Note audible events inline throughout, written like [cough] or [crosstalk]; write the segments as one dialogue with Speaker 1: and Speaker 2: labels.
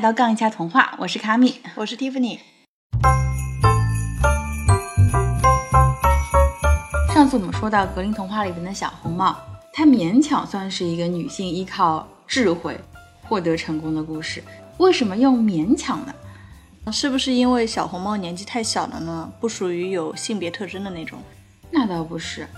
Speaker 1: 到《杠一下童话》，我是卡米。
Speaker 2: 我是 Tiffany。
Speaker 1: 上次我们说到格林童话里面的小红帽，她勉强算是一个女性依靠智慧获得成功的故事。为什么用勉强呢？
Speaker 2: 是不是因为小红帽年纪太小了呢？不属于有性别特征的那种。
Speaker 1: 那倒不是，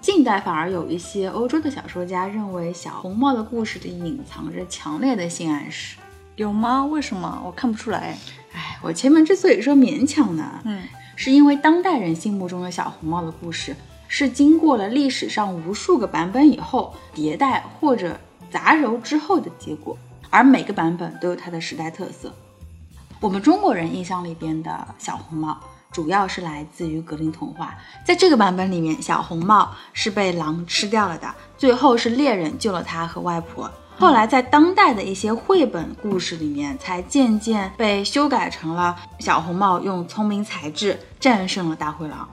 Speaker 1: 近代反而有一些欧洲的小说家认为小红帽的故事里隐藏着强烈的性暗示。
Speaker 2: 有吗？为什么？我看不出来。
Speaker 1: 哎，我前面之所以说勉强呢，
Speaker 2: 嗯，
Speaker 1: 是因为当代人心目中的小红帽的故事是经过了历史上无数个版本以后迭代或者杂糅之后的结果，而每个版本都有它的时代特色。我们中国人印象里边的小红帽，主要是来自于格林童话。在这个版本里面，小红帽是被狼吃掉了的，最后是猎人救了他和外婆。后来在当代的一些绘本故事里面，才渐渐被修改成了小红帽用聪明才智战胜了大灰狼。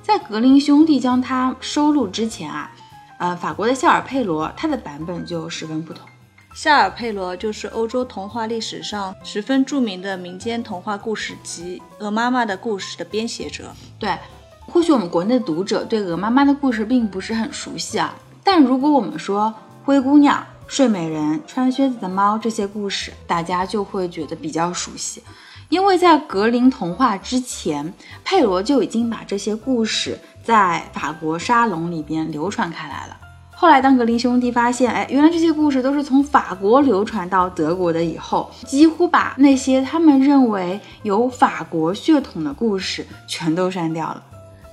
Speaker 1: 在格林兄弟将它收录之前啊，呃，法国的夏尔佩罗他的版本就十分不同。
Speaker 2: 夏尔佩罗就是欧洲童话历史上十分著名的民间童话故事集《鹅妈妈的故事》的编写者。
Speaker 1: 对，或许我们国内的读者对鹅妈妈的故事并不是很熟悉啊，但如果我们说灰姑娘、睡美人、穿靴子的猫这些故事，大家就会觉得比较熟悉，因为在格林童话之前，佩罗就已经把这些故事在法国沙龙里边流传开来了。后来，当格林兄弟发现，哎，原来这些故事都是从法国流传到德国的以后，几乎把那些他们认为有法国血统的故事全都删掉了。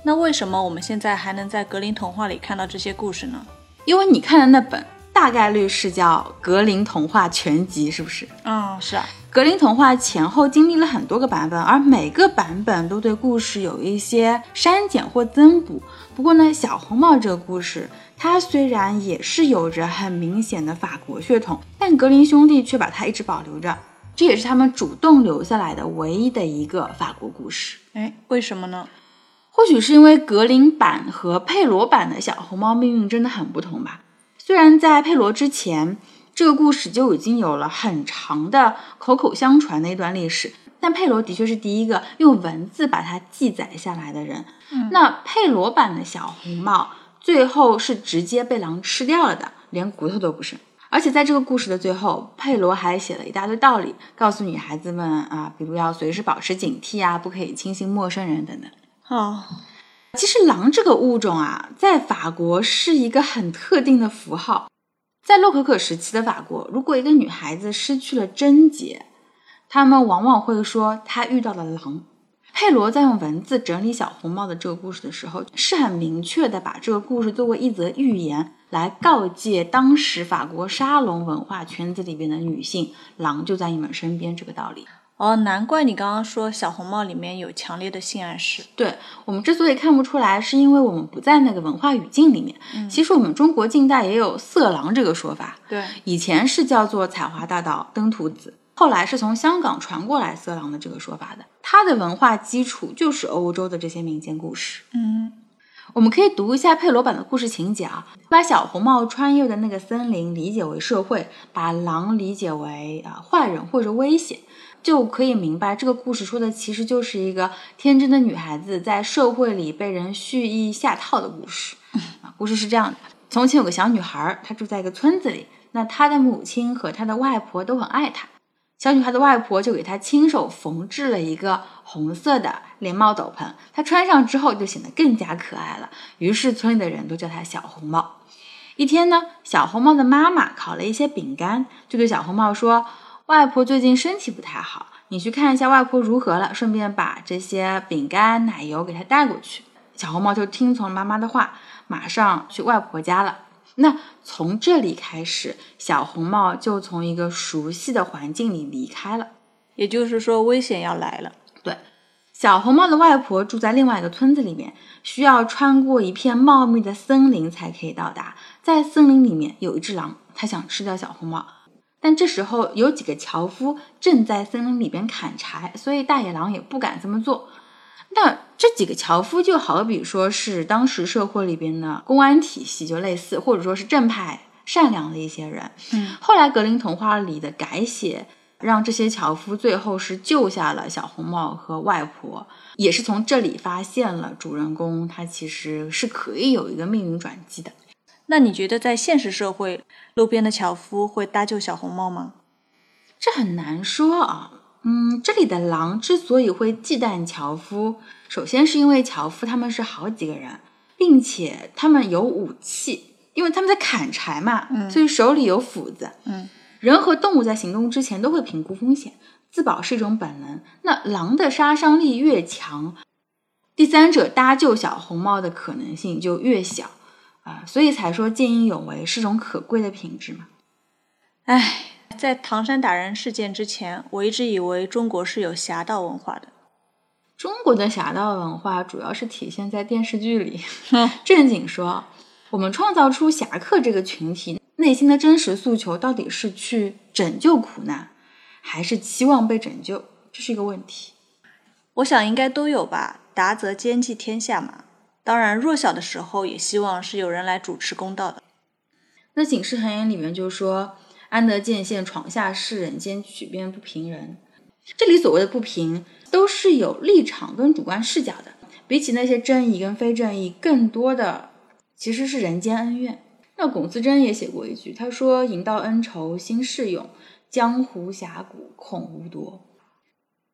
Speaker 2: 那为什么我们现在还能在格林童话里看到这些故事呢？
Speaker 1: 因为你看的那本大概率是叫《格林童话全集》，是不是？
Speaker 2: 嗯，是啊，
Speaker 1: 格林童话前后经历了很多个版本，而每个版本都对故事有一些删减或增补。不过呢，小红帽这个故事，它虽然也是有着很明显的法国血统，但格林兄弟却把它一直保留着，这也是他们主动留下来的唯一的一个法国故事。
Speaker 2: 哎，为什么呢？
Speaker 1: 或许是因为格林版和佩罗版的小红帽命运真的很不同吧。虽然在佩罗之前，这个故事就已经有了很长的口口相传的一段历史，但佩罗的确是第一个用文字把它记载下来的人。那佩罗版的小红帽最后是直接被狼吃掉了的，连骨头都不剩。而且在这个故事的最后，佩罗还写了一大堆道理，告诉女孩子们啊，比如要随时保持警惕啊，不可以轻信陌生人等等。
Speaker 2: 哦，
Speaker 1: 其实狼这个物种啊，在法国是一个很特定的符号。在洛可可时期的法国，如果一个女孩子失去了贞洁，他们往往会说她遇到了狼。佩罗在用文字整理小红帽的这个故事的时候，是很明确的把这个故事作为一则寓言来告诫当时法国沙龙文化圈子里边的女性，狼就在你们身边这个道理。
Speaker 2: 哦，难怪你刚刚说小红帽里面有强烈的性暗示。
Speaker 1: 对我们之所以看不出来，是因为我们不在那个文化语境里面。其实我们中国近代也有“色狼”这个说法，
Speaker 2: 对，
Speaker 1: 以前是叫做采花大盗、登徒子，后来是从香港传过来“色狼”的这个说法的。它的文化基础就是欧洲的这些民间故事。
Speaker 2: 嗯，
Speaker 1: 我们可以读一下佩罗版的故事情节啊，把小红帽穿越的那个森林理解为社会，把狼理解为啊、坏人或者危险，就可以明白这个故事说的其实就是一个天真的女孩子在社会里被人蓄意下套的故事。啊，故事是这样的：从前有个小女孩儿，她住在一个村子里，那她的母亲和她的外婆都很爱她。小女孩的外婆就给她亲手缝制了一个红色的连帽斗篷，她穿上之后就显得更加可爱了。于是村里的人都叫她小红帽。一天呢，小红帽的妈妈烤了一些饼干，就对小红帽说：“外婆最近身体不太好，你去看一下外婆如何了，顺便把这些饼干、奶油给她带过去。”小红帽就听从妈妈的话，马上去外婆家了。那从这里开始，小红帽就从一个熟悉的环境里离开了。
Speaker 2: 也就是说危险要来了。
Speaker 1: 对，小红帽的外婆住在另外一个村子里面，需要穿过一片茂密的森林才可以到达。在森林里面有一只狼，它想吃掉小红帽。但这时候有几个樵夫正在森林里边砍柴，所以大野狼也不敢这么做。那这几个樵夫就好比说是当时社会里边的公安体系，就类似，或者说是正派善良的一些人。
Speaker 2: 嗯，
Speaker 1: 后来格林童话里的改写让这些樵夫最后是救下了小红帽和外婆，也是从这里发现了主人公他其实是可以有一个命运转机的。
Speaker 2: 那你觉得在现实社会，路边的樵夫会搭救小红帽吗？
Speaker 1: 这很难说啊。嗯，这里的狼之所以会忌惮樵夫，首先是因为樵夫他们是好几个人，并且他们有武器，因为他们在砍柴嘛，
Speaker 2: 嗯
Speaker 1: 所以手里有斧子。
Speaker 2: 嗯，
Speaker 1: 人和动物在行动之前都会评估风险，自保是一种本能。那狼的杀伤力越强，第三者搭救小红帽的可能性就越小啊、所以才说见义勇为是种可贵的品质嘛。
Speaker 2: 唉，在唐山打人事件之前，我一直以为中国是有侠盗文化的。
Speaker 1: 中国的侠盗文化主要是体现在电视剧里。
Speaker 2: 嗯
Speaker 1: [laughs] 正经说，我们创造出侠客这个群体，内心的真实诉求到底是去拯救苦难，还是期望被拯救？这是一个问题。
Speaker 2: 我想应该都有吧，达则兼济天下嘛。当然，弱小的时候也希望是有人来主持公道的。
Speaker 1: 那《警世恒言》里面就说：“安得见县闯下世人间，曲变不平人。”这里所谓的不平，都是有立场跟主观视角的。比起那些正义跟非正义，更多的其实是人间恩怨。那龚自珍也写过一句，他说：“引到恩仇心事勇，江湖侠骨恐无多。”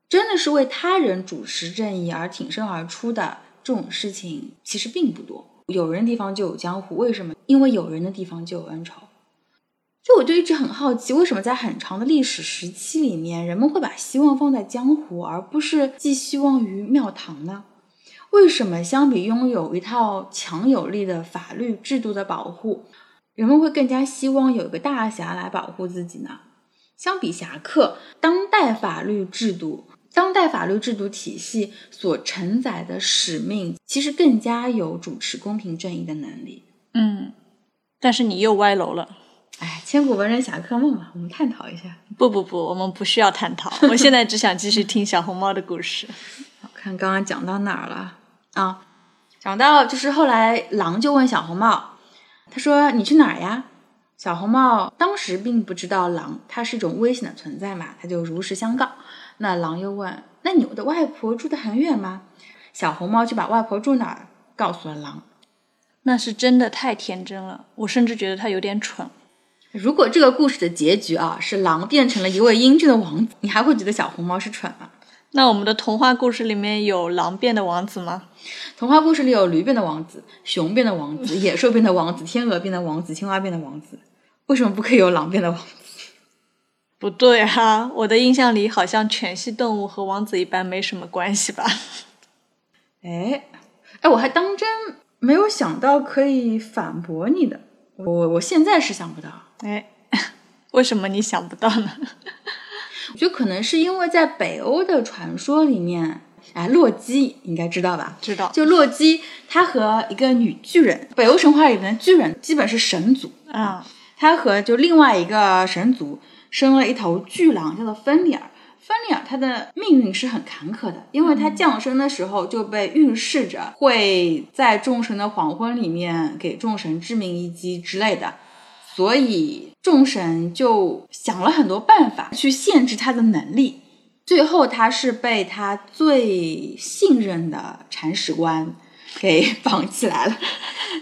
Speaker 1: 真的是为他人主持正义而挺身而出的这种事情，其实并不多。有人的地方就有江湖，为什么？因为有人的地方就有恩仇。就我就一直很好奇，为什么在很长的历史时期里面，人们会把希望放在江湖，而不是寄希望于庙堂呢？为什么相比拥有一套强有力的法律制度的保护，人们会更加希望有一个大侠来保护自己呢？相比侠客，当代法律制度、当代法律制度体系所承载的使命，其实更加有主持公平正义的能力。
Speaker 2: 嗯，但是你又歪楼了。
Speaker 1: 哎，千古文人侠客梦嘛，我们探讨一下。
Speaker 2: 不不不，我们不需要探讨。我现在只想继续听小红帽的故事。 [laughs]
Speaker 1: 我看刚刚讲到哪儿了啊？讲到就是后来狼就问小红帽，他说：“你去哪儿呀？”小红帽当时并不知道狼它是一种危险的存在嘛，他就如实相告。那狼又问：“那你的外婆住得很远吗？”小红帽就把外婆住哪儿告诉了狼。
Speaker 2: 那是真的太天真了，我甚至觉得他有点蠢。
Speaker 1: 如果这个故事的结局啊是狼变成了一位英俊的王子，你 [laughs] 还会觉得小红帽是蠢吗？
Speaker 2: 那我们的童话故事里面有狼变的王子吗？
Speaker 1: 童话故事里有驴变的王子、熊变的王子、野兽变的王子、天鹅变的王子、青蛙变的王子，为什么不可以有狼变的王子？
Speaker 2: 不对啊，我的印象里好像犬系动物和王子一般没什么关系吧？
Speaker 1: 哎，哎，我还当真没有想到可以反驳你的，我我现在是想不到，
Speaker 2: 哎， [laughs] 为什么你想不到呢？
Speaker 1: 我觉得可能是因为在北欧的传说里面，哎，洛基应该知道吧？
Speaker 2: 知道
Speaker 1: 就洛基，他和一个女巨人，北欧神话里面的巨人基本是神族，
Speaker 2: 啊，
Speaker 1: 他和就另外一个神族生了一头巨狼，叫做芬里尔。芬里尔他的命运是很坎坷的，因为他降生的时候就被预示着会在众神的黄昏里面给众神致命一击之类的，所以众神就想了很多办法去限制他的能力。最后，他是被他最信任的铲屎官给 [laughs] 绑起来了。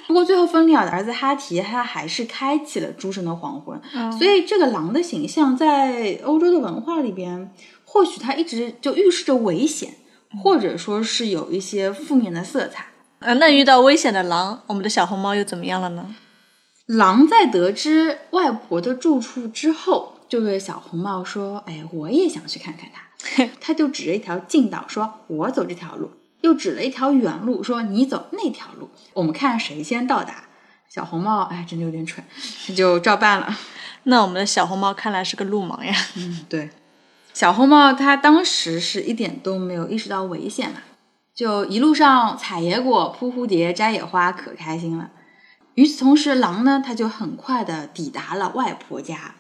Speaker 1: 不过，最后芬利尔的儿子哈提，他还是开启了诸神的黄昏。所以，这个狼的形象在欧洲的文化里边，或许它一直就预示着危险，或者说是有一些负面的色彩。
Speaker 2: 呃，那遇到危险的狼，我们的小红帽又怎么样了呢？
Speaker 1: 狼在得知外婆的住处之后，就对小红帽说：“哎，我也想去看看她。”他就指着一条近道说：“我走这条路。”又指了一条远路说：“你走那条路，我们看谁先到达。”小红帽哎，真的有点蠢，他就照办了。
Speaker 2: 那我们的小红帽看来是个路盲呀。
Speaker 1: 嗯，对。小红帽它当时是一点都没有意识到危险嘛，就一路上采野果、扑蝴蝶、摘野花，可开心了。与此同时，狼呢，它就很快的抵达了外婆家。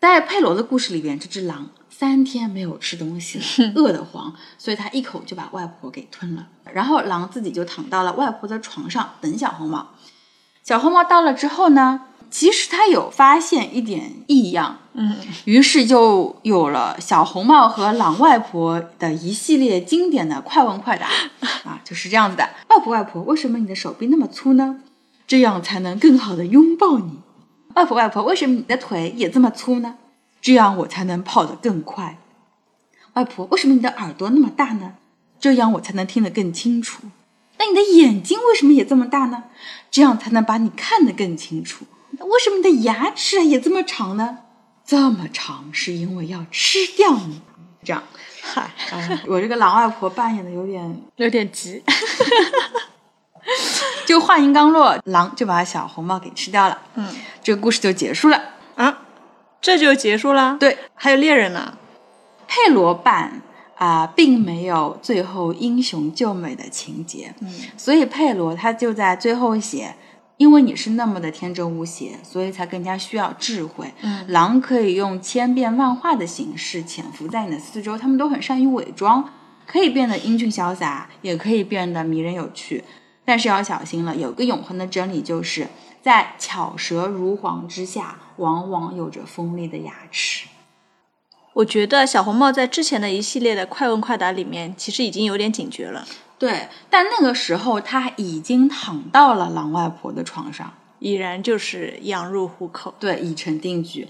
Speaker 1: 在佩罗的故事里边，这只狼三天没有吃东西了，饿得慌，所以它一口就把外婆给吞了。然后狼自己就躺到了外婆的床上等小红帽。小红帽到了之后呢，其实他有发现一点异样，
Speaker 2: 嗯，
Speaker 1: 于是就有了小红帽和狼外婆的一系列经典的快问快答啊，就是这样子的。外婆外婆，为什么你的手臂那么粗呢？这样才能更好的拥抱你。外婆外婆，为什么你的腿也这么粗呢？这样我才能跑得更快。外婆，为什么你的耳朵那么大呢？这样我才能听得更清楚。那你的眼睛为什么也这么大呢？这样才能把你看得更清楚。那为什么你的牙齿啊也这么长呢？这么长是因为要吃掉你。这样，
Speaker 2: [laughs] 嗨，
Speaker 1: 哎我这个狼外婆扮演的有点，
Speaker 2: 有点急。
Speaker 1: 就话音刚落，狼就把小红帽给吃掉了。
Speaker 2: 嗯
Speaker 1: 这个故事就结束了。
Speaker 2: 啊，这就结束啦。，
Speaker 1: 对，
Speaker 2: 还有猎人呢。
Speaker 1: 佩罗版啊、并没有最后英雄救美的情节，
Speaker 2: 嗯
Speaker 1: 所以佩罗他就在最后写，因为你是那么的天真无邪，所以才更加需要智慧。
Speaker 2: 嗯
Speaker 1: 狼可以用千变万化的形式潜伏在你的四周，他们都很善于伪装，可以变得英俊潇洒，也可以变得迷人有趣。但是要小心了，有个永恒的真理就是在巧舌如簧之下，往往有着锋利的牙齿。
Speaker 2: 我觉得小红帽在之前的一系列的快问快答里面，其实已经有点警觉了，
Speaker 1: 对，但那个时候他已经躺到了狼外婆的床上，
Speaker 2: 已然就是羊入虎口。
Speaker 1: 对，已成定局。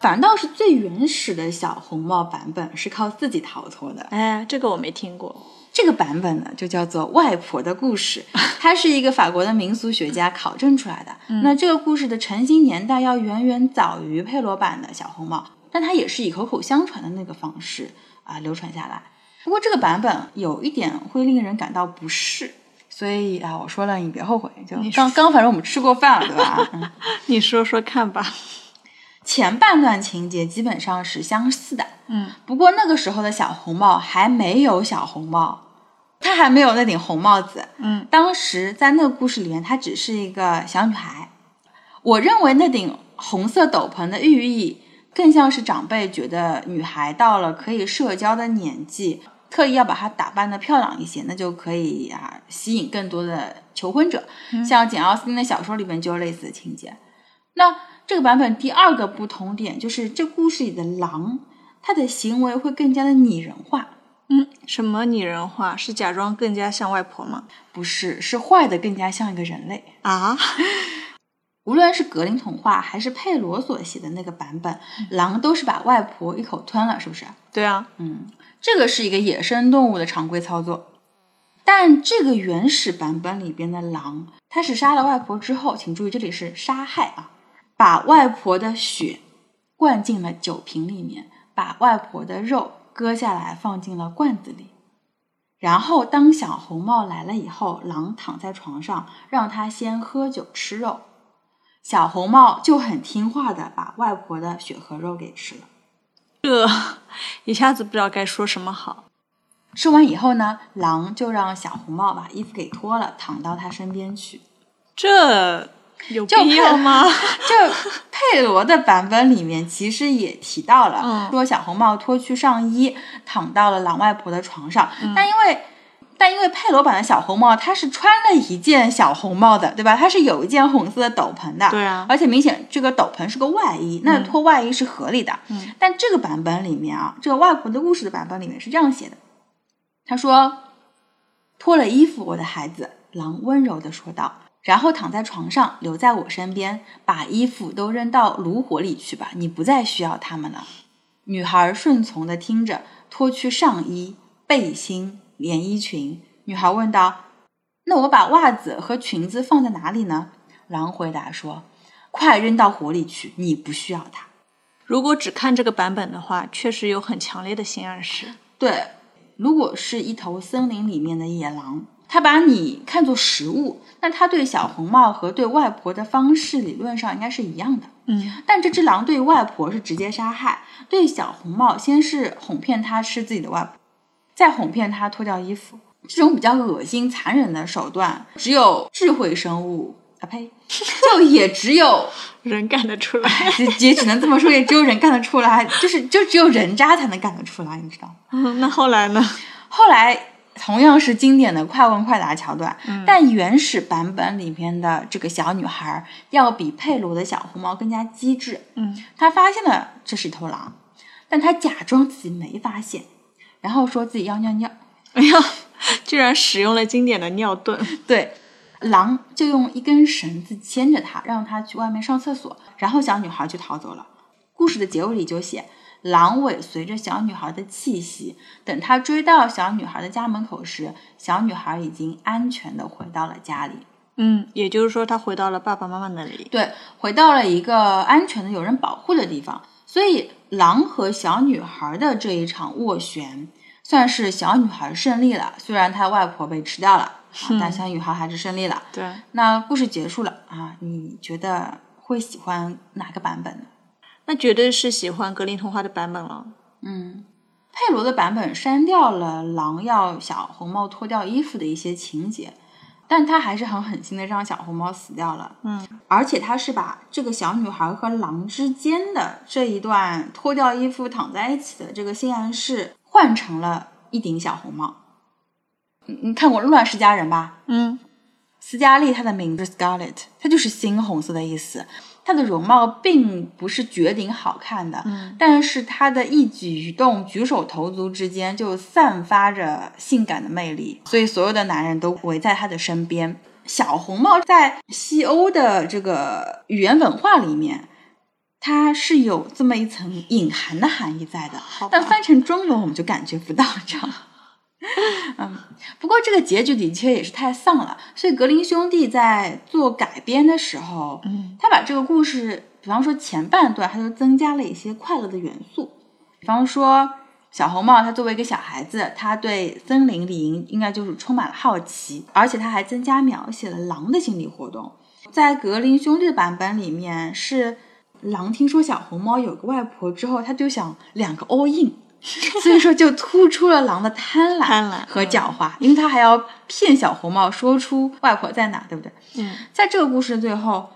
Speaker 1: 反倒是最原始的小红帽版本是靠自己逃脱的，
Speaker 2: 哎，这个我没听过。 [laughs]
Speaker 1: 这个版本呢，就叫做《外婆的故事》，它是一个法国的民俗学家考证出来的。那这个故事的成型年代要远远早于佩罗版的小红帽，但它也是以口口相传的那个方式啊、流传下来。不过这个版本有一点会令人感到不适，所以啊，我说了你别后悔，就
Speaker 2: 你
Speaker 1: 刚刚反正我们吃过饭了，对吧？ [laughs] 嗯
Speaker 2: 你说说看吧。
Speaker 1: 前半段情节基本上是相似的，
Speaker 2: 嗯，
Speaker 1: 不过那个时候的小红帽还没有小红帽，她还没有那顶红帽子。
Speaker 2: 嗯，
Speaker 1: 当时在那个故事里面，她只是一个小女孩。我认为那顶红色斗篷的寓意，更像是长辈觉得女孩到了可以社交的年纪，刻意要把她打扮的漂亮一些，那就可以啊吸引更多的求婚者。像简奥斯汀的小说里面就有类似的情节。那这个版本第二个不同点就是，这故事里的狼，它的行为会更加的拟人化，
Speaker 2: 嗯，什么拟人化？是假装更加像外婆吗？
Speaker 1: 不是，是坏的更加像一个人类。
Speaker 2: 啊，
Speaker 1: 无论是格林童话还是佩罗所写的那个版本，狼都是把外婆一口吞了，是不是？
Speaker 2: 对啊，
Speaker 1: 嗯，这个是一个野生动物的常规操作。但这个原始版本里边的狼，它是杀了外婆之后，请注意这里是杀害啊，把外婆的血灌进了酒瓶里面，把外婆的肉割下来放进了罐子里。然后当小红帽来了以后，狼躺在床上，让他先喝酒吃肉，小红帽就很听话的把外婆的血和肉给吃了。
Speaker 2: 这一下子不知道该说什么好。
Speaker 1: 吃完以后呢，狼就让小红帽把衣服给脱了，躺到他身边去。
Speaker 2: 这有
Speaker 1: 就
Speaker 2: 必要
Speaker 1: [laughs]
Speaker 2: 吗？
Speaker 1: 就佩罗的版本里面其实也提到了，
Speaker 2: 嗯
Speaker 1: 说小红帽脱去上衣，躺到了狼外婆的床上。
Speaker 2: 嗯
Speaker 1: 但因为但因为佩罗版的小红帽，它是穿了一件小红帽的，对吧？它是有一件红色的斗篷的，
Speaker 2: 对啊
Speaker 1: 而且明显这个斗篷是个外衣，那脱外衣是合理的。
Speaker 2: 嗯
Speaker 1: 但这个版本里面啊，这个外婆的故事的版本里面是这样写的，他说：“脱了衣服，我的孩子。”狼温柔地说道，然后躺在床上，留在我身边，把衣服都扔到炉火里去吧，你不再需要它们了。女孩顺从地听着，脱去上衣、背心、连衣裙。女孩问道：“那我把袜子和裙子放在哪里呢？”狼回答说：“快扔到火里去，你不需要它。”
Speaker 2: 如果只看这个版本的话，确实有很强烈的性暗示。
Speaker 1: 对，如果是一头森林里面的野狼，它把你看作食物，那它对小红帽和对外婆的方式理论上应该是一样的。
Speaker 2: 嗯，
Speaker 1: 但这只狼对外婆是直接杀害，对小红帽先是哄骗她吃自己的外婆，再哄骗她脱掉衣服，这种比较恶心残忍的手段，只有智慧生物啊呸， [laughs] 就也只有
Speaker 2: 人干得出来。 [laughs]
Speaker 1: 也也只能这么说，也只有人干得出来，就是就只有人渣才能干得出来，你知道吗？
Speaker 2: 嗯，那后来呢？
Speaker 1: 后来同样是经典的快问快答桥段，但原始版本里面的这个小女孩要比佩罗的小红帽更加机智。
Speaker 2: 嗯，
Speaker 1: 她发现了这是一头狼，但她假装自己没发现，然后说自己要尿尿。
Speaker 2: 哎呀，居然使用了经典的尿遁。
Speaker 1: 对，狼就用一根绳子牵着她，让她去外面上厕所，然后小女孩就逃走了。故事的结尾里就写，狼尾随着小女孩的气息，等他追到小女孩的家门口时，小女孩已经安全的回到了家里。
Speaker 2: 嗯，也就是说，他回到了爸爸妈妈那里。
Speaker 1: 对，回到了一个安全的、有人保护的地方。所以，狼和小女孩的这一场斡旋，算是小女孩胜利了。虽然她外婆被吃掉了，啊但小女孩还是胜利了。
Speaker 2: 对，
Speaker 1: 那故事结束了啊，你觉得会喜欢哪个版本呢？
Speaker 2: 那绝对是喜欢格林童话的版本了。
Speaker 1: 嗯，佩罗的版本删掉了狼要小红帽脱掉衣服的一些情节，但他还是很狠心的让小红帽死掉了。
Speaker 2: 嗯，
Speaker 1: 而且他是把这个小女孩和狼之间的这一段脱掉衣服躺在一起的这个性暗示换成了一顶小红帽。你你看过《乱世佳人》吧？
Speaker 2: 嗯
Speaker 1: 斯嘉丽，她的名字 Scarlet，它就是猩红色的意思。她的容貌并不是绝顶好看的，
Speaker 2: 嗯
Speaker 1: 但是她的一举一动、举手投足之间就散发着性感的魅力，所以所有的男人都围在她的身边。小红帽在西欧的这个语言文化里面，它是有这么一层隐含的含义在的
Speaker 2: 好，吧
Speaker 1: 但翻成中文我们就感觉不到，你知道
Speaker 2: [laughs]
Speaker 1: 吗？嗯，不过这个结局的确也是太丧了，所以格林兄弟在做改编的时候，
Speaker 2: 嗯
Speaker 1: 他把这个故事，比方说前半段，他就增加了一些快乐的元素，比方说小红帽，他作为一个小孩子，他对森林里应应该就是充满了好奇，而且他还增加描写了狼的心理活动。在格林兄弟的版本里面，是狼听说小红帽有个外婆之后，他就想两个 all
Speaker 2: [laughs]
Speaker 1: in，所以说就突出了狼的贪婪
Speaker 2: 贪婪
Speaker 1: 和狡猾，因为他还要骗小红帽说出外婆在哪，对不对？
Speaker 2: 嗯
Speaker 1: 在这个故事的最后，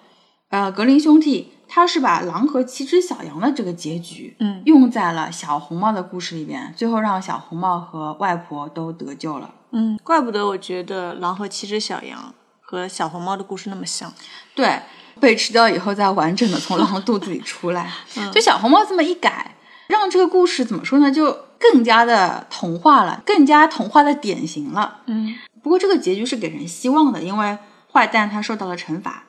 Speaker 1: 呃，格林兄弟他是把狼和七只小羊的这个结局，
Speaker 2: 嗯
Speaker 1: 用在了小红帽的故事里边，最后让小红帽和外婆都得救了。
Speaker 2: 嗯，怪不得我觉得《狼和七只小羊》和小红帽的故事那么像。
Speaker 1: 对，被吃掉以后再完整的从狼肚子里出来。
Speaker 2: 嗯
Speaker 1: 就小红帽这么一改，让这个故事怎么说呢，就更加的童话了，更加童话的典型了。
Speaker 2: 嗯
Speaker 1: 不过这个结局是给人希望的，因为坏蛋他受到了惩罚。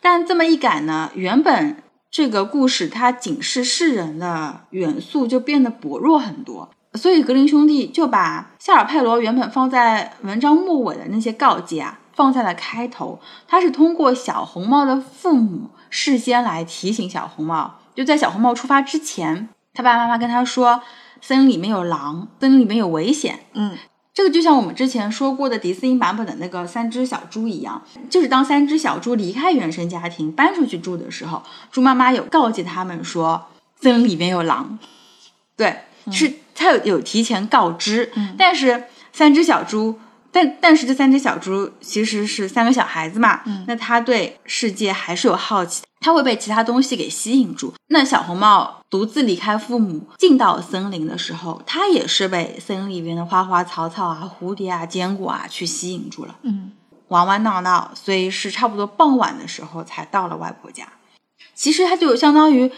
Speaker 1: 但这么一改呢，原本这个故事它警示世人的元素就变得薄弱很多。所以格林兄弟就把夏尔佩罗原本放在文章末尾的那些告诫啊，放在了开头。他是通过小红帽的父母事先来提醒小红帽，就在小红帽出发之前，他爸爸妈妈跟他说，森林里面有狼，森林里面有危险，
Speaker 2: 嗯
Speaker 1: 这个就像我们之前说过的迪士尼版本的那个三只小猪一样，就是当三只小猪离开原生家庭搬出去住的时候，猪妈妈有告诫他们说森林里面有狼，对，是它有有提前告知，但是三只小猪。但但是这三只小猪其实是三个小孩子嘛，那他对世界还是有好奇，他会被其他东西给吸引住。那小红帽独自离开父母，进到森林的时候，他也是被森林里边的花花草草啊、蝴蝶啊、坚果啊去吸引住了，
Speaker 2: 嗯
Speaker 1: 玩玩闹闹，所以是差不多傍晚的时候才到了外婆家。其实他就相当于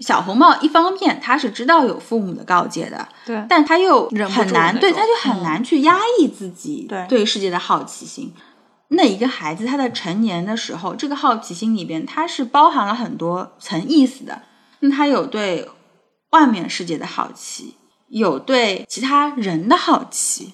Speaker 1: 小红帽，一方面他是知道有父母的告诫的，
Speaker 2: 对，
Speaker 1: 但他又
Speaker 2: 忍不
Speaker 1: 很
Speaker 2: 住的
Speaker 1: 难，
Speaker 2: 那
Speaker 1: 对，
Speaker 2: 种嗯
Speaker 1: 他就很难去压抑自己
Speaker 2: 对
Speaker 1: 对世界的好奇心。那一个孩子他在成年的时候，这个好奇心里边，他是包含了很多层意思的。那他有对外面世界的好奇，有对其他人的好奇，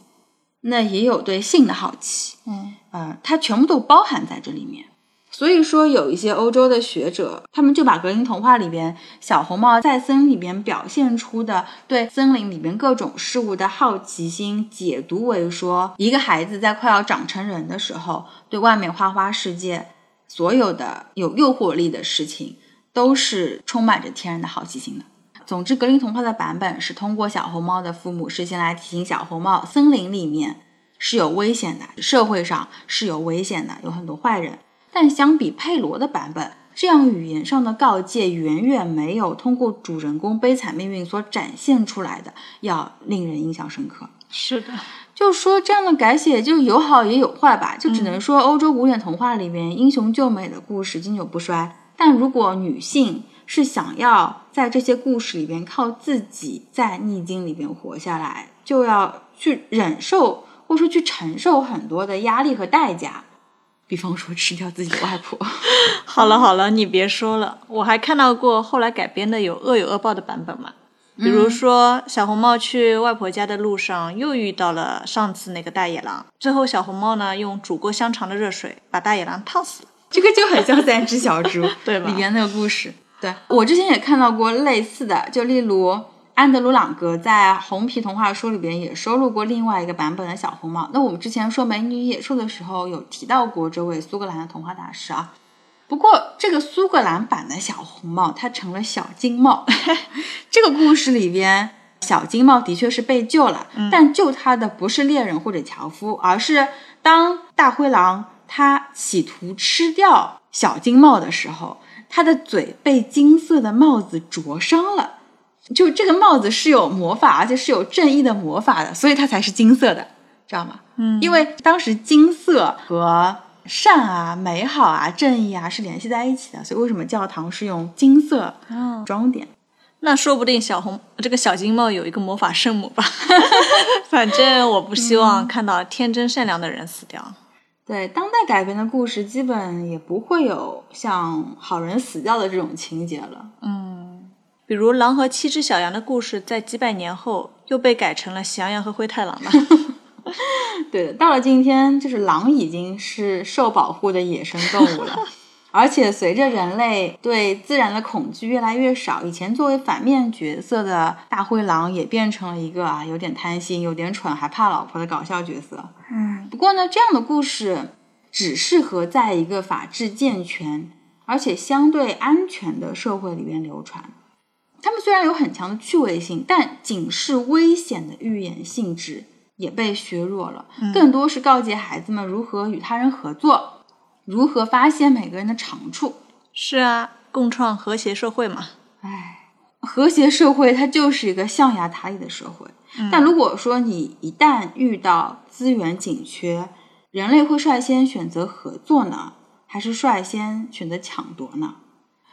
Speaker 1: 那也有对性的好奇。
Speaker 2: 嗯
Speaker 1: 呃，它全部都包含在这里面。所以说，有一些欧洲的学者，他们就把格林童话里边小红帽在森林里边表现出的对森林里边各种事物的好奇心，解读为说，一个孩子在快要长成人的时候，对外面花花世界所有的有诱惑力的事情，都是充满着天然的好奇心的。总之，格林童话的版本是通过小红帽的父母事先来提醒小红帽，森林里面是有危险的，社会上是有危险的，有很多坏人。但相比佩罗的版本，这样语言上的告诫远远没有通过主人公悲惨命运所展现出来的要令人印象深刻。
Speaker 2: 是的，
Speaker 1: 就就说这样的改写就有好也有坏吧，就只能说欧洲古典童话里边英雄救美的故事经久不衰。但如果女性是想要在这些故事里边靠自己在逆境里边活下来，就要去忍受或者说去承受很多的压力和代价，比方说吃掉自己的外婆。
Speaker 2: [laughs] 好了好了，你别说了，我还看到过后来改编的有恶有恶报的版本嘛。比如说，小红帽去外婆家的路上又遇到了上次那个大野狼，最后小红帽呢用煮过香肠的热水把大野狼烫死了。
Speaker 1: 这个就很像《三只小 [laughs] 猪》
Speaker 2: 对吧
Speaker 1: 里边那个故事。对我之前也看到过类似的，就例如安德鲁·朗格在《红皮童话书》里边也收录过另外一个版本的小红帽。那我们之前说《美女与野兽》的时候有提到过这位苏格兰的童话大师啊。不过，这个苏格兰版的小红帽，它成了小金帽。 [laughs] 这个故事里边，小金帽的确是被救了，但救他的不是猎人或者樵夫，而是当大灰狼它企图吃掉小金帽的时候，它的嘴被金色的帽子灼伤了。就这个帽子是有魔法，而且是有正义的魔法的，所以它才是金色的，知道吗？嗯，因为当时金色和善啊、美好啊、正义啊是联系在一起的，所以为什么教堂是用金色装点？
Speaker 2: 那说不定小红这个小金帽有一个魔法圣母吧。 [laughs] 反正我不希望看到天真善良的人死掉。
Speaker 1: 对，当代改编的故事基本也不会有像好人死掉的这种情节了。
Speaker 2: 比如狼和七只小羊的故事，在几百年后又被改成了喜羊羊和灰太狼 [laughs] 了。
Speaker 1: 对的，到了今天，就是狼已经是受保护的野生动物了，而且随着人类对自然的恐惧越来越少，以前作为反面角色的大灰狼也变成了一个啊有点贪心、有点蠢、还怕老婆的搞笑角色。嗯，不过呢，这样的故事只适合在一个法制健全而且相对安全的社会里边流传。他们虽然有很强的趣味性，但警示危险的预言性质也被削弱了，更多是告诫孩子们如何与他人合作，如何发现每个人的长处。
Speaker 2: 是啊，共创和谐社会嘛。
Speaker 1: 唉，和谐社会它就是一个象牙塔里的社会，但如果说你一旦遇到资源紧缺，人类会率先选择合作呢，还是率先选择抢夺呢？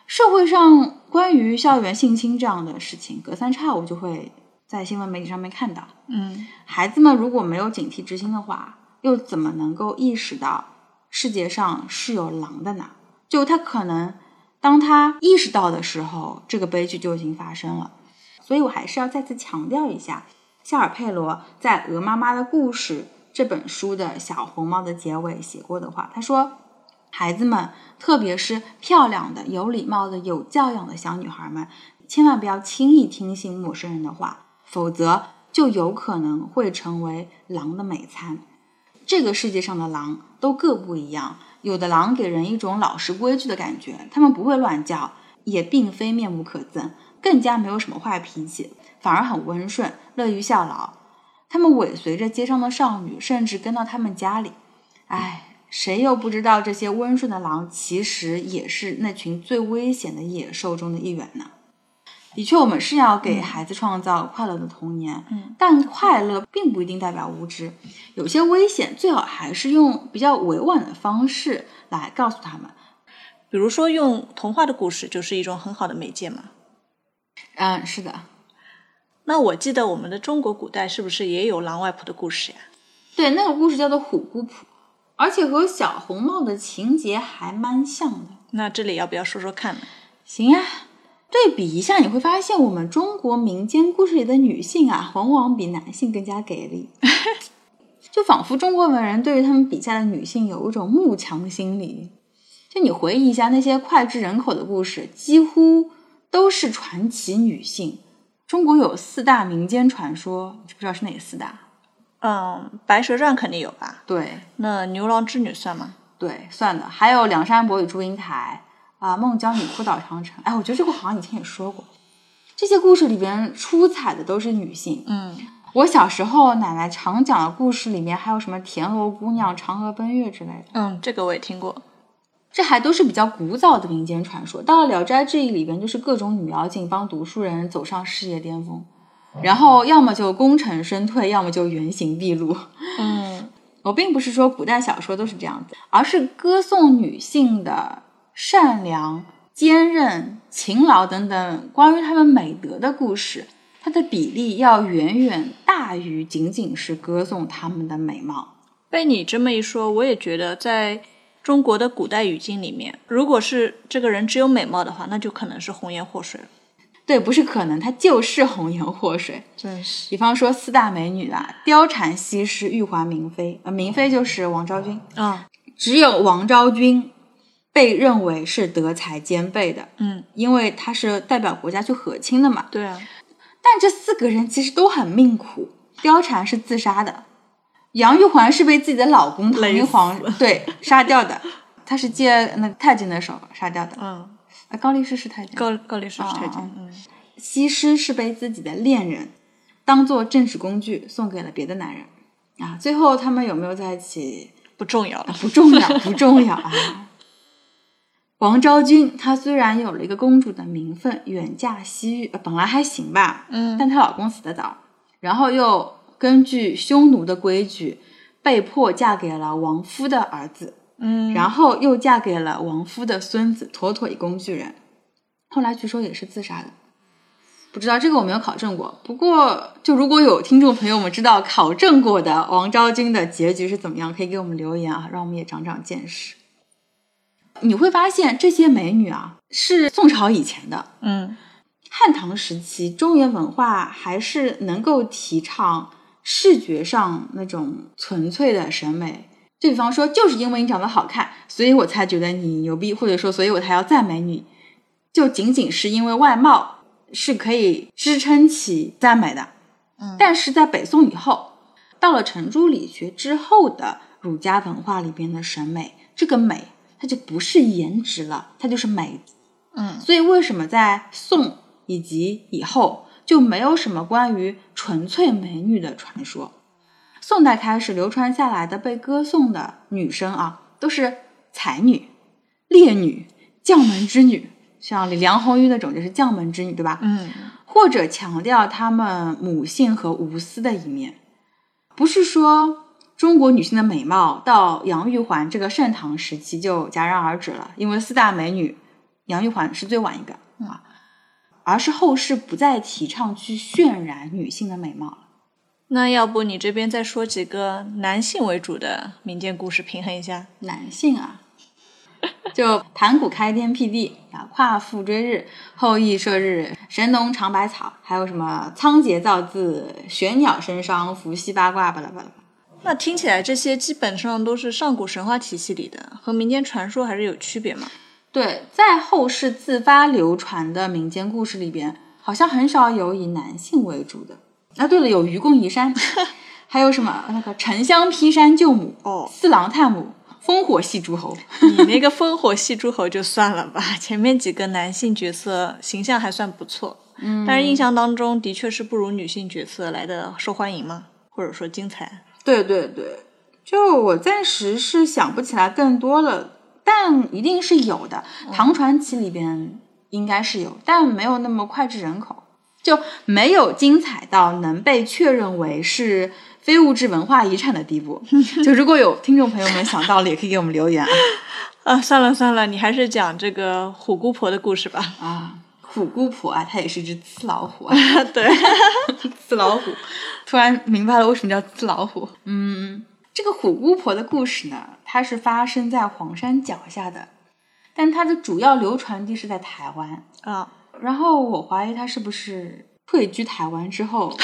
Speaker 1: 社会上关于校园性侵这样的事情，隔三差五就会在新闻媒体上面看到。
Speaker 2: 嗯，
Speaker 1: 孩子们如果没有警惕之心的话，又怎么能够意识到世界上是有狼的呢？就他可能当他意识到的时候，这个悲剧就已经发生了。所以我还是要再次强调一下，夏尔佩罗在《鹅妈妈的故事》这本书的小红帽的结尾写过的话，他说：“孩子们，特别是漂亮的、有礼貌的、有教养的小女孩们，千万不要轻易听信陌生人的话，否则就有可能会成为狼的美餐。这个世界上的狼都各不一样，有的狼给人一种老实规矩的感觉，它们不会乱叫，也并非面目可憎，更加没有什么坏脾气，反而很温顺，乐于效劳。它们尾随着街上的少女，甚至跟到他们家里。唉，谁又不知道这些温顺的狼其实也是那群最危险的野兽中的一员呢？的确，我们是要给孩子创造快乐的童年，嗯、但快乐并不一定代表无知。有些危险最好还是用比较委婉的方式来告诉他们。
Speaker 2: 比如说用童话的故事就是一种很好的媒介嘛。
Speaker 1: 嗯，是的，
Speaker 2: 那我记得我们的中国古代是不是也有狼外婆的故事呀？
Speaker 1: 对，那个故事叫做《虎姑婆》，而且和小红帽的情节还蛮像的。
Speaker 2: 那这里要不要说说看呢？
Speaker 1: 行呀、对比一下，你会发现我们中国民间故事里的女性啊，往往比男性更加给力，就仿佛中国文人对于他们笔下的女性有一种慕强心理。就你回忆一下那些脍炙人口的故事，几乎都是传奇女性。中国有四大民间传说，你知不知道是哪四大？
Speaker 2: 嗯，白蛇传肯定有吧？
Speaker 1: 对
Speaker 2: 那牛郎织女算吗？
Speaker 1: 对，算的，还有梁山伯与祝英台啊，孟姜女哭倒长城。哎，我觉得这个好像以前也说过。这些故事里边出彩的都是女性，
Speaker 2: 嗯，
Speaker 1: 我小时候奶奶常讲的故事里面还有什么田螺姑娘、嫦娥奔月之类的，
Speaker 2: 嗯，这个我也听过。
Speaker 1: 这还都是比较古早的民间传说。到了《聊斋志异》里边，就是各种女妖精帮读书人走上事业巅峰。然后要么就功成身退，要么就原形毕露。
Speaker 2: 嗯
Speaker 1: 我并不是说古代小说都是这样子，而是歌颂女性的善良、坚韧、勤劳等等关于她们美德的故事，它的比例要远远大于仅仅是歌颂她们的美貌。
Speaker 2: 被你这么一说，我也觉得在中国的古代语境里面，如果是这个人只有美貌的话，那就可能是红颜祸水了。
Speaker 1: 对，不是可能，它就是红颜祸水。
Speaker 2: 真是
Speaker 1: 比方说四大美女啊，貂蝉、西施、玉环、明妃，呃，明妃就是王昭君，
Speaker 2: 啊，
Speaker 1: 只有王昭君被认为是德才兼备的，
Speaker 2: 嗯，
Speaker 1: 因为她是代表国家去和亲的嘛。
Speaker 2: 对啊，
Speaker 1: 但这四个人其实都很命苦。貂蝉是自杀的，杨玉环是被自己的老公唐明皇对杀掉的，她是借那个太监的手杀掉的。
Speaker 2: 嗯，
Speaker 1: 啊，高力士是太监。
Speaker 2: 高高力士是太监，
Speaker 1: 啊
Speaker 2: 嗯，
Speaker 1: 西施是被自己的恋人当做政治工具送给了别的男人。啊，最后他们有没有在一起
Speaker 2: 啊不重要了。
Speaker 1: 啊不重要，不重要啊。王昭君她虽然有了一个公主的名分，远嫁西域，呃本来还行吧，
Speaker 2: 嗯，
Speaker 1: 但她老公死得早，然后又根据匈奴的规矩，被迫嫁给了王夫的儿子，
Speaker 2: 嗯，
Speaker 1: 然后又嫁给了王夫的孙子，妥妥一工具人。后来据说也是自杀的，不知道这个我没有考证过。不过，就如果有听众朋友们知道考证过的王昭君的结局是怎么样，可以给我们留言啊，让我们也长长见识。你会发现这些美女啊，是宋朝以前的，
Speaker 2: 嗯，
Speaker 1: 汉唐时期，中原文化还是能够提倡视觉上那种纯粹的审美。就比方说，就是因为你长得好看，所以我才觉得你牛逼，或者说，所以我才要赞美你。就仅仅是因为外貌是可以支撑起赞美的。
Speaker 2: 嗯
Speaker 1: 但是在北宋以后，到了程朱理学之后的儒家文化里边的审美，这个美它就不是颜值了，它就是美
Speaker 2: 嗯，
Speaker 1: 所以为什么在宋以及以后就没有什么关于纯粹美女的传说？宋代开始流传下来的被歌颂的女生啊，都是才女、烈女、将门之女，像梁红玉那种就是将门之女，对吧？
Speaker 2: 嗯，
Speaker 1: 或者强调她们母性和无私的一面。不是说中国女性的美貌到杨玉环这个盛唐时期就戛然而止了，因为四大美女，杨玉环是最晚一个啊，而是后世不再提倡去渲染女性的美貌了。
Speaker 2: 那要不你这边再说几个男性为主的民间故事，平衡一下？
Speaker 1: 男性啊，就盘古开天辟地啊，夸父追日，后羿射日，神农尝百草，还有什么仓颉造字，玄鸟升商，伏羲八卦，巴拉巴拉巴拉。
Speaker 2: 那听起来这些基本上都是上古神话体系里的，和民间传说还是有区别嘛？
Speaker 1: 对，在后世自发流传的民间故事里边，好像很少有以男性为主的。啊，对了，有愚公移山， [laughs] 还有什么那个沉香劈山救母，
Speaker 2: 哦
Speaker 1: 四郎探母，烽火戏诸侯。
Speaker 2: 你那个烽火戏诸侯就算了吧，前面几个男性角色形象还算不错，嗯，但是印象当中的确是不如女性角色来的受欢迎嘛，或者说精彩。
Speaker 1: 对对对，就我暂时是想不起来更多了，但一定是有的。唐传奇里边应该是有，但没有那么脍炙人口，就没有精彩到能被确认为是非物质文化遗产的地步。 [laughs] 就如果有听众朋友们想到了，也可以给我们留言啊。
Speaker 2: 啊，算了算了，你还是讲这个虎姑婆的故事吧。
Speaker 1: 啊，虎姑婆啊，它也是只雌老虎 [laughs] 啊。
Speaker 2: 对，
Speaker 1: 刺老虎，突然明白了为什么叫刺老虎。嗯，这个虎姑婆的故事呢，它是发生在黄山脚下的，但它的主要流传地是在台湾。
Speaker 2: 啊，
Speaker 1: 然后我怀疑它是不是退居台湾之 [laughs] 后，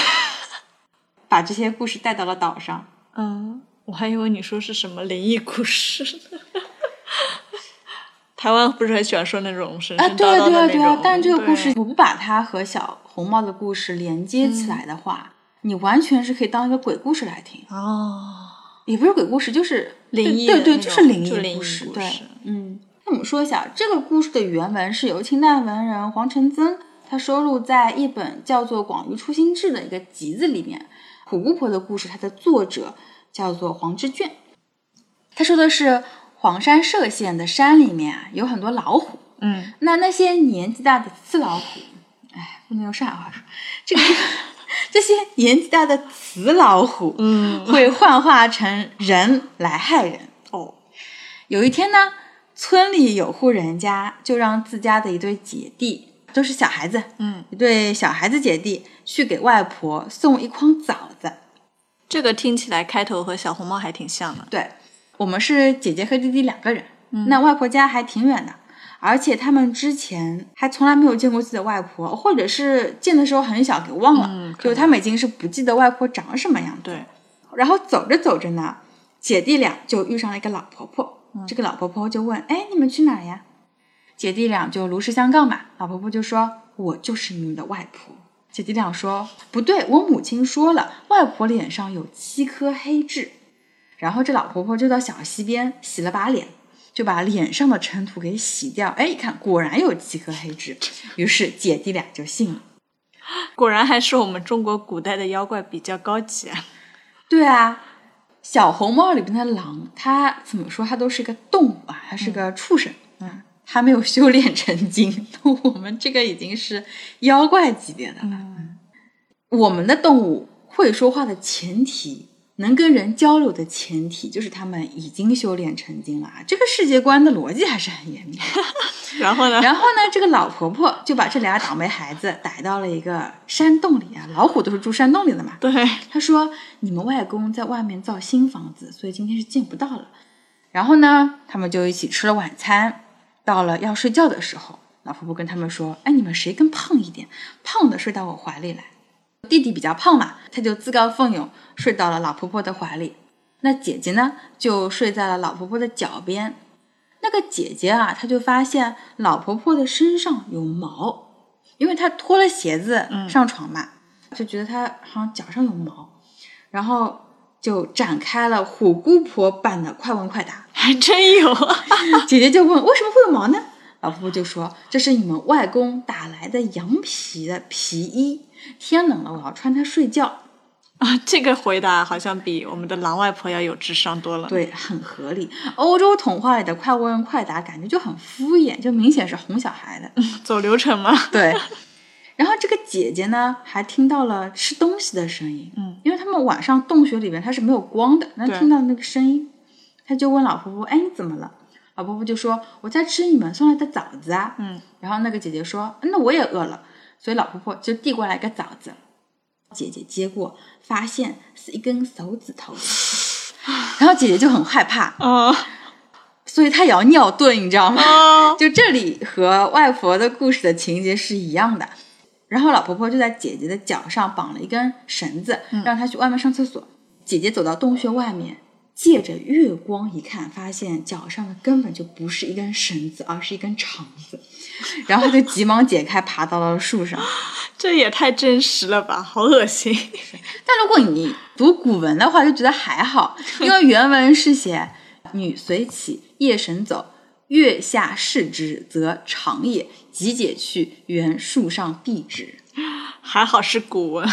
Speaker 1: 把这些故事带到了岛上。
Speaker 2: 嗯，我还以为你说是什么灵异故事呢。台湾不是很喜欢说那种神
Speaker 1: 啊，
Speaker 2: 神叨叨
Speaker 1: 对啊，对
Speaker 2: 的
Speaker 1: 啊，
Speaker 2: 那
Speaker 1: 对
Speaker 2: 种，
Speaker 1: 啊！但这个故事
Speaker 2: 对，
Speaker 1: 我不把它和小红帽的故事连接起来的话，你完全是可以当一个鬼故事来听。
Speaker 2: 哦，
Speaker 1: 也不是鬼故事，就是
Speaker 2: 灵异
Speaker 1: 对
Speaker 2: 的
Speaker 1: 对，
Speaker 2: 那
Speaker 1: 就
Speaker 2: 种
Speaker 1: 是灵异
Speaker 2: 就
Speaker 1: 的
Speaker 2: 灵异
Speaker 1: 故事。
Speaker 2: 故
Speaker 1: 对
Speaker 2: 事，
Speaker 1: 嗯，那我们说一下这个故事的原文是由清代文人黄承增他收录在一本叫做《广于初心志》的一个集子里面。虎姑婆的故事，它的作者叫做黄之卷，他说的是黄山歙县的山里面啊有很多老虎，
Speaker 2: 嗯，
Speaker 1: 那那些年纪大的刺老虎，哎，不能用上海话说，这个这些年纪大的雌老虎，嗯，会幻化成人来害人。
Speaker 2: 哦，
Speaker 1: 有一天呢，村里有户人家就让自家的一对姐弟，都是小孩子，
Speaker 2: 嗯，
Speaker 1: 一对小孩子姐弟去给外婆送一筐枣子。
Speaker 2: 这个听起来开头和小红帽还挺像的。
Speaker 1: 对，我们是姐姐和弟弟两个人，那外婆家还挺远的，而且他们之前还从来没有见过自己的外婆，或者是见的时候很小给忘了，
Speaker 2: 嗯
Speaker 1: 就他们已经是不记得外婆长什么样子。
Speaker 2: 对，
Speaker 1: 然后走着走着呢，姐弟俩就遇上了一个老婆婆，这个老婆婆就问：“哎，你们去哪儿呀？”姐弟俩就如实相告嘛，老婆婆就说：“我就是你们的外婆。”姐弟俩说：“不对，我母亲说了，外婆脸上有七颗黑痣。”然后这老婆婆就到小溪边洗了把脸，就把脸上的尘土给洗掉。哎，一看果然有七颗黑痣，于是姐弟俩就信了。
Speaker 2: 果然还是我们中国古代的妖怪比较高级啊。
Speaker 1: 对啊，小红帽里边的狼，它怎么说？它都是个动物啊，它是个畜生，嗯，它没有修炼成精。 [laughs] 那我们这个已经是妖怪级别的了。我们的动物会说话的前提，能跟人交流的前提，就是它们已经修炼成精了啊。这个世界观的逻辑还是很严密的。
Speaker 2: 然后呢？ [laughs]
Speaker 1: 然后呢，这个老婆婆就把这俩倒霉孩子逮到了一个山洞里啊，老虎都是住山洞里的嘛。
Speaker 2: 对，
Speaker 1: 他说：“你们外公在外面造新房子，所以今天是见不到了。”然后呢，他们就一起吃了晚餐。到了要睡觉的时候，老婆婆跟他们说：“哎，你们谁更胖一点？胖的睡到我怀里来。”弟弟比较胖嘛，他就自告奋勇睡到了老婆婆的怀里。那姐姐呢，就睡在了老婆婆的脚边。那个姐姐啊，她就发现老婆婆的身上有毛，因为她脱了鞋子上床嘛，就觉得她好像脚上有毛，然后就展开了虎姑婆版的快问快答。
Speaker 2: 还真有啊。
Speaker 1: 姐姐就问：“为什么会有毛呢？”老婆婆就说：“这是你们外公打来的羊皮的皮衣，天冷了我要穿它睡觉。
Speaker 2: 啊，这个回答好像比我们的狼外婆要有智商多”了。
Speaker 1: 对，很合理。欧洲童话里的快问快答感觉就很敷衍，就明显是哄小孩的。
Speaker 2: 走流程嘛。
Speaker 1: [laughs] 对。然后这个姐姐呢，还听到了吃东西的声音，
Speaker 2: 嗯，
Speaker 1: 因为他们晚上洞穴里面它是没有光的，能
Speaker 2: 对
Speaker 1: 听到那个声音，她就问老婆婆：“哎，你怎么了？”老婆婆就说：“我在吃你们送来的枣子啊。”
Speaker 2: 嗯，
Speaker 1: 然后那个姐姐说：“嗯那我也饿了。”所以老婆婆就递过来一个枣子，姐姐接过，发现是一根手指头， [laughs] 然后姐姐就很害怕，
Speaker 2: 啊
Speaker 1: 所以她也要尿遁，你知道吗？
Speaker 2: 啊！
Speaker 1: [laughs] 就这里和外婆的故事的情节是一样的。然后老婆婆就在姐姐的脚上绑了一根绳子，让她去外面上厕所。姐姐走到洞穴外面，借着月光一看，发现脚上的根本就不是一根绳子，而是一根肠子。然后就急忙解开，爬到了树上。
Speaker 2: 这也太真实了吧，好恶心。
Speaker 1: 但如果你读古文的话，就觉得还 [laughs] 好，因为原文是写“女随起，夜神走，月下视之，则长也。即解去，原树上蔽之。
Speaker 2: 还好是古文，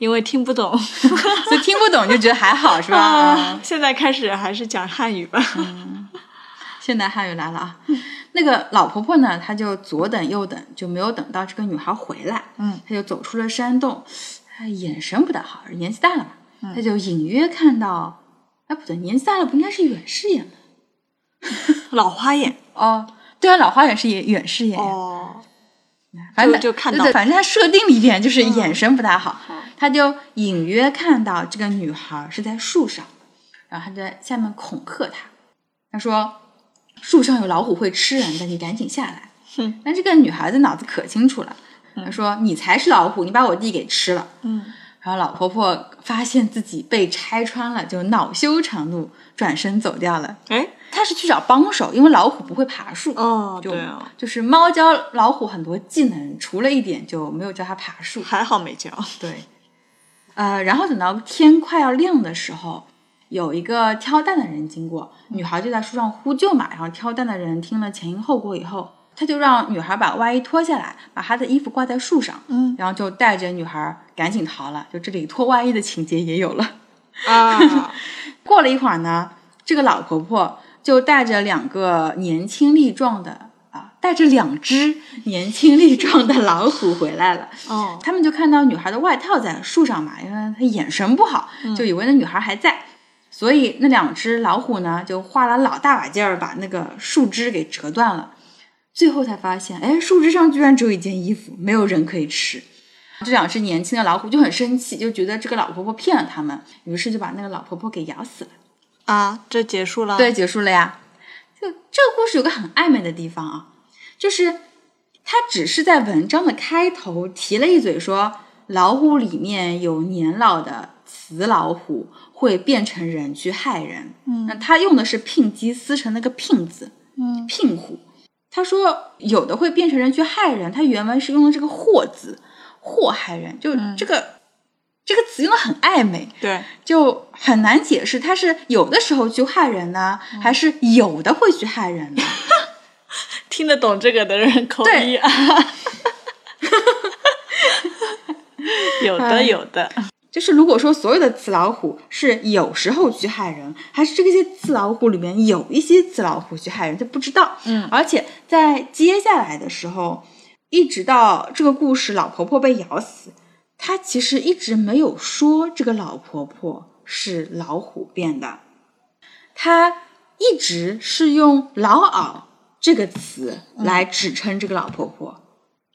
Speaker 2: 因为听不
Speaker 1: [laughs] [laughs]
Speaker 2: 懂。”
Speaker 1: 所以听不懂就觉得还好， [laughs] 是吧？
Speaker 2: 啊，现在开始还是讲汉语吧。
Speaker 1: 嗯现代汉语来了啊！那个老婆婆呢，她就左等右等，就没有等到这个女孩回来。
Speaker 2: 嗯，
Speaker 1: 她就走出了山洞，哎眼神不大好，年纪大了嘛，她就隐约看到，哎，不对，年纪大了不应该是远视眼吗？
Speaker 2: 老花眼
Speaker 1: 哦，对啊，老花眼是远远视眼呀，
Speaker 2: 哦，
Speaker 1: 反正
Speaker 2: 就就看
Speaker 1: 对
Speaker 2: 到嗯
Speaker 1: 对反正他设定里边就是眼神不大好，他就隐约看到这个女孩是在树上，然后他就在下面恐吓她，他说树上有老虎会吃人的，你赶紧下来。
Speaker 2: [laughs] 哼
Speaker 1: 但这个女孩子脑子可清楚了，她说你才是老虎，你把我弟给吃了。
Speaker 2: 嗯，
Speaker 1: 然后老婆婆发现自己被拆穿了，就恼羞成怒，转身走掉了。
Speaker 2: 哎，
Speaker 1: 她是去找帮手，因为老虎不会爬树。
Speaker 2: 哦，
Speaker 1: 就
Speaker 2: 对哦，
Speaker 1: 就是猫教老虎很多技能，除了一点就没有教它爬树。
Speaker 2: 还好没教。
Speaker 1: 对，呃，然后等到天快要亮的时候，有一个挑担的人经过，女孩就在树上呼救嘛。然后挑担的人听了前因后果以后，他就让女孩把外衣脱下来，把她的衣服挂在树上，
Speaker 2: 嗯
Speaker 1: 然后就带着女孩赶紧逃了。就这里脱外衣的情节也有了。
Speaker 2: 啊，
Speaker 1: 过了一会儿呢，这个老婆婆就带着两个年轻力壮的啊、带着两只年轻力壮的老虎回来了。
Speaker 2: [laughs] 哦，
Speaker 1: 他们就看到女孩的外套在树上嘛，因为她眼神不好，就以为那女孩还在，所以那两只老虎呢，就花了老大把劲儿把那个树枝给折断了。最后才发现，哎，树枝上居然只有一件衣服，没有人可以吃。这两只年轻的老虎就很生气，就觉得这个老婆婆骗了他们，于是就把那个老婆婆给咬死了。
Speaker 2: 啊，这结束了。，
Speaker 1: 对，结束了呀。就这个故事有个很暧昧的地方啊，就是他只是在文章的开头提了一嘴说，老虎里面有年老的雌老虎会变成人去害人。嗯，那他用的是牝鸡撕成那个牝字，
Speaker 2: 嗯，
Speaker 1: 牝虎。他说有的会变成人去害人，他原文是用的这个祸字，祸害人，就
Speaker 2: 嗯
Speaker 1: 这个、这个词用的很暧昧。
Speaker 2: 对，
Speaker 1: 就很难解释，它是有的时候去害人呢，还是有的会去害人呢？
Speaker 2: 听得懂这个的人扣
Speaker 1: 对
Speaker 2: 一。 [laughs] 有的，有的，
Speaker 1: 就是如果说所有的雌老虎是有时候去害人，还是这些雌老虎里面有一些雌老虎去害人，就不知道。
Speaker 2: 嗯
Speaker 1: 而且在接下来的时候，一直到这个故事老婆婆被咬死，她其实一直没有说这个老婆婆是老虎变的，她一直是用“老媪”这个词来指称这个老婆婆。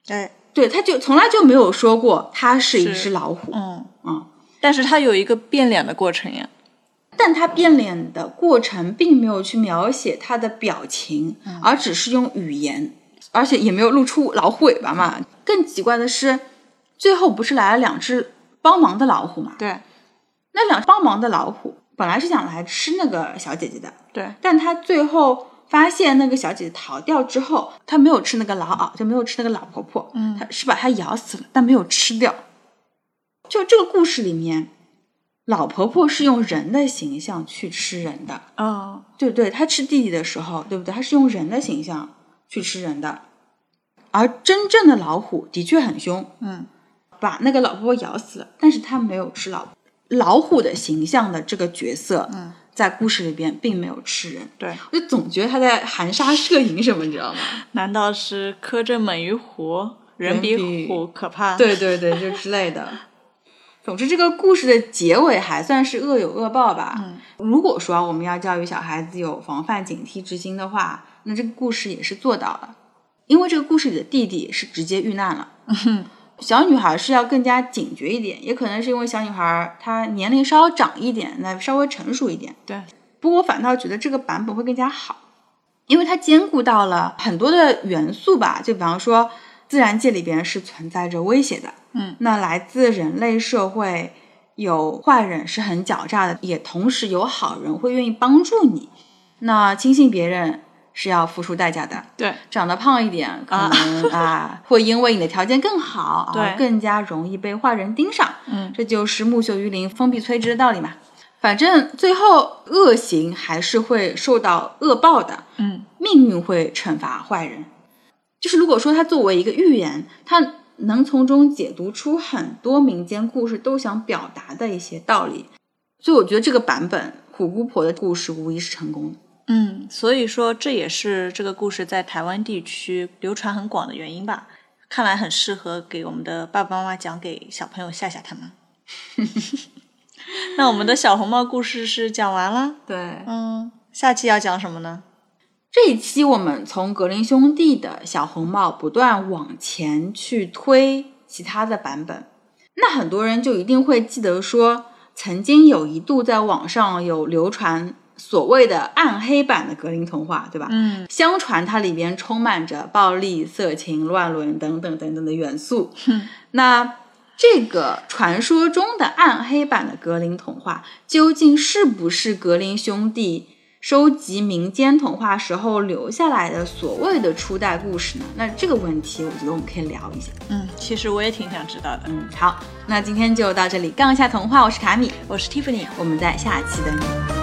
Speaker 2: 对，
Speaker 1: 对，她就从来就没有说过她是一
Speaker 2: 是
Speaker 1: 只老虎。
Speaker 2: 嗯，
Speaker 1: 嗯
Speaker 2: 但是它有一个变脸的过程呀。
Speaker 1: 但他变脸的过程并没有去描写他的表情，而只是用语言，而且也没有露出老虎尾巴嘛。更奇怪的是，最后不是来了两只帮忙的老虎嘛？
Speaker 2: 对，
Speaker 1: 那两只帮忙的老虎本来是想来吃那个小姐姐的，
Speaker 2: 对，
Speaker 1: 但他最后发现那个小姐姐逃掉之后，他没有吃那个老袄，就没有吃那个老婆婆，
Speaker 2: 嗯
Speaker 1: 他是把她咬死了，但没有吃掉。就这个故事里面，老婆婆是用人的形象去吃人的，
Speaker 2: 哦，
Speaker 1: 对不对？她吃弟弟的时候，对不对？她是用人的形象去吃人的，而真正的老虎的确很凶，
Speaker 2: 嗯，
Speaker 1: 把那个老婆婆咬死了，但是他没有吃老老虎的形象的这个角色，
Speaker 2: 嗯，
Speaker 1: 在故事里边并没有吃人，
Speaker 2: 对，
Speaker 1: 我就总觉得他在含沙射影什么，你知道吗？
Speaker 2: 难道是苛政猛于虎，
Speaker 1: 人
Speaker 2: 人比
Speaker 1: 比
Speaker 2: 虎可
Speaker 1: [laughs]
Speaker 2: 怕？，
Speaker 1: 对对对，就之类的。 [laughs] 总之，这个故事的结尾还算是恶有恶报吧。
Speaker 2: 嗯
Speaker 1: 如果说我们要教育小孩子有防范警惕之心的话，那这个故事也是做到了。因为这个故事里的弟弟是直接遇难 [laughs] 了，小女孩是要更加警觉一点，也可能是因为小女孩她年龄稍长一点，那稍微成熟一点。
Speaker 2: 对，
Speaker 1: 不过我反倒觉得这个版本会更加好，因为它兼顾到了很多的元素吧，就比方说自然界里边是存在着威胁的，
Speaker 2: 嗯，
Speaker 1: 那来自人类社会有坏人是很狡诈的，也同时有好人会愿意帮助你，那轻信别人是要付出代价的。
Speaker 2: 对，
Speaker 1: 长得胖一点，可能
Speaker 2: [laughs]
Speaker 1: 啊会因为你的条件更好，啊
Speaker 2: 对
Speaker 1: 更加容易被坏人盯上。
Speaker 2: 嗯，
Speaker 1: 这就是木秀于林，风必摧之的道理嘛。反正最后恶行还是会受到恶报的，
Speaker 2: 嗯，
Speaker 1: 命运会惩罚坏人。就是如果说它作为一个寓言，它能从中解读出很多民间故事都想表达的一些道理，所以我觉得这个版本虎姑婆的故事无疑是成功的。
Speaker 2: 嗯，所以说这也是这个故事在台湾地区流传很广的原因吧。看来很适合给我们的爸爸妈妈讲给小朋友吓吓他们。 [laughs] 那我们的小红帽故事是讲完了，
Speaker 1: 对，
Speaker 2: 嗯，下期要讲什么呢？
Speaker 1: 这一期我们从格林兄弟的小红帽不断往前去推其他的版本，那很多人就一定会记得说，曾经有一度在网上有流传所谓的暗黑版的格林童话，对吧？
Speaker 2: 嗯，
Speaker 1: 相传它里边充满着暴力、色情、乱伦等等等等的元素。那这个传说中的暗黑版的格林童话，究竟是不是格林兄弟收集民间童话时候留下来的所谓的初代故事呢？那这个问题，我觉得我们可以聊一下。
Speaker 2: 嗯，其实我也挺想知道的。
Speaker 1: 嗯，好，那今天就到这里，杠一下童话，我是卡米，
Speaker 2: 我是 Tiffany，
Speaker 1: 我们在下期等你。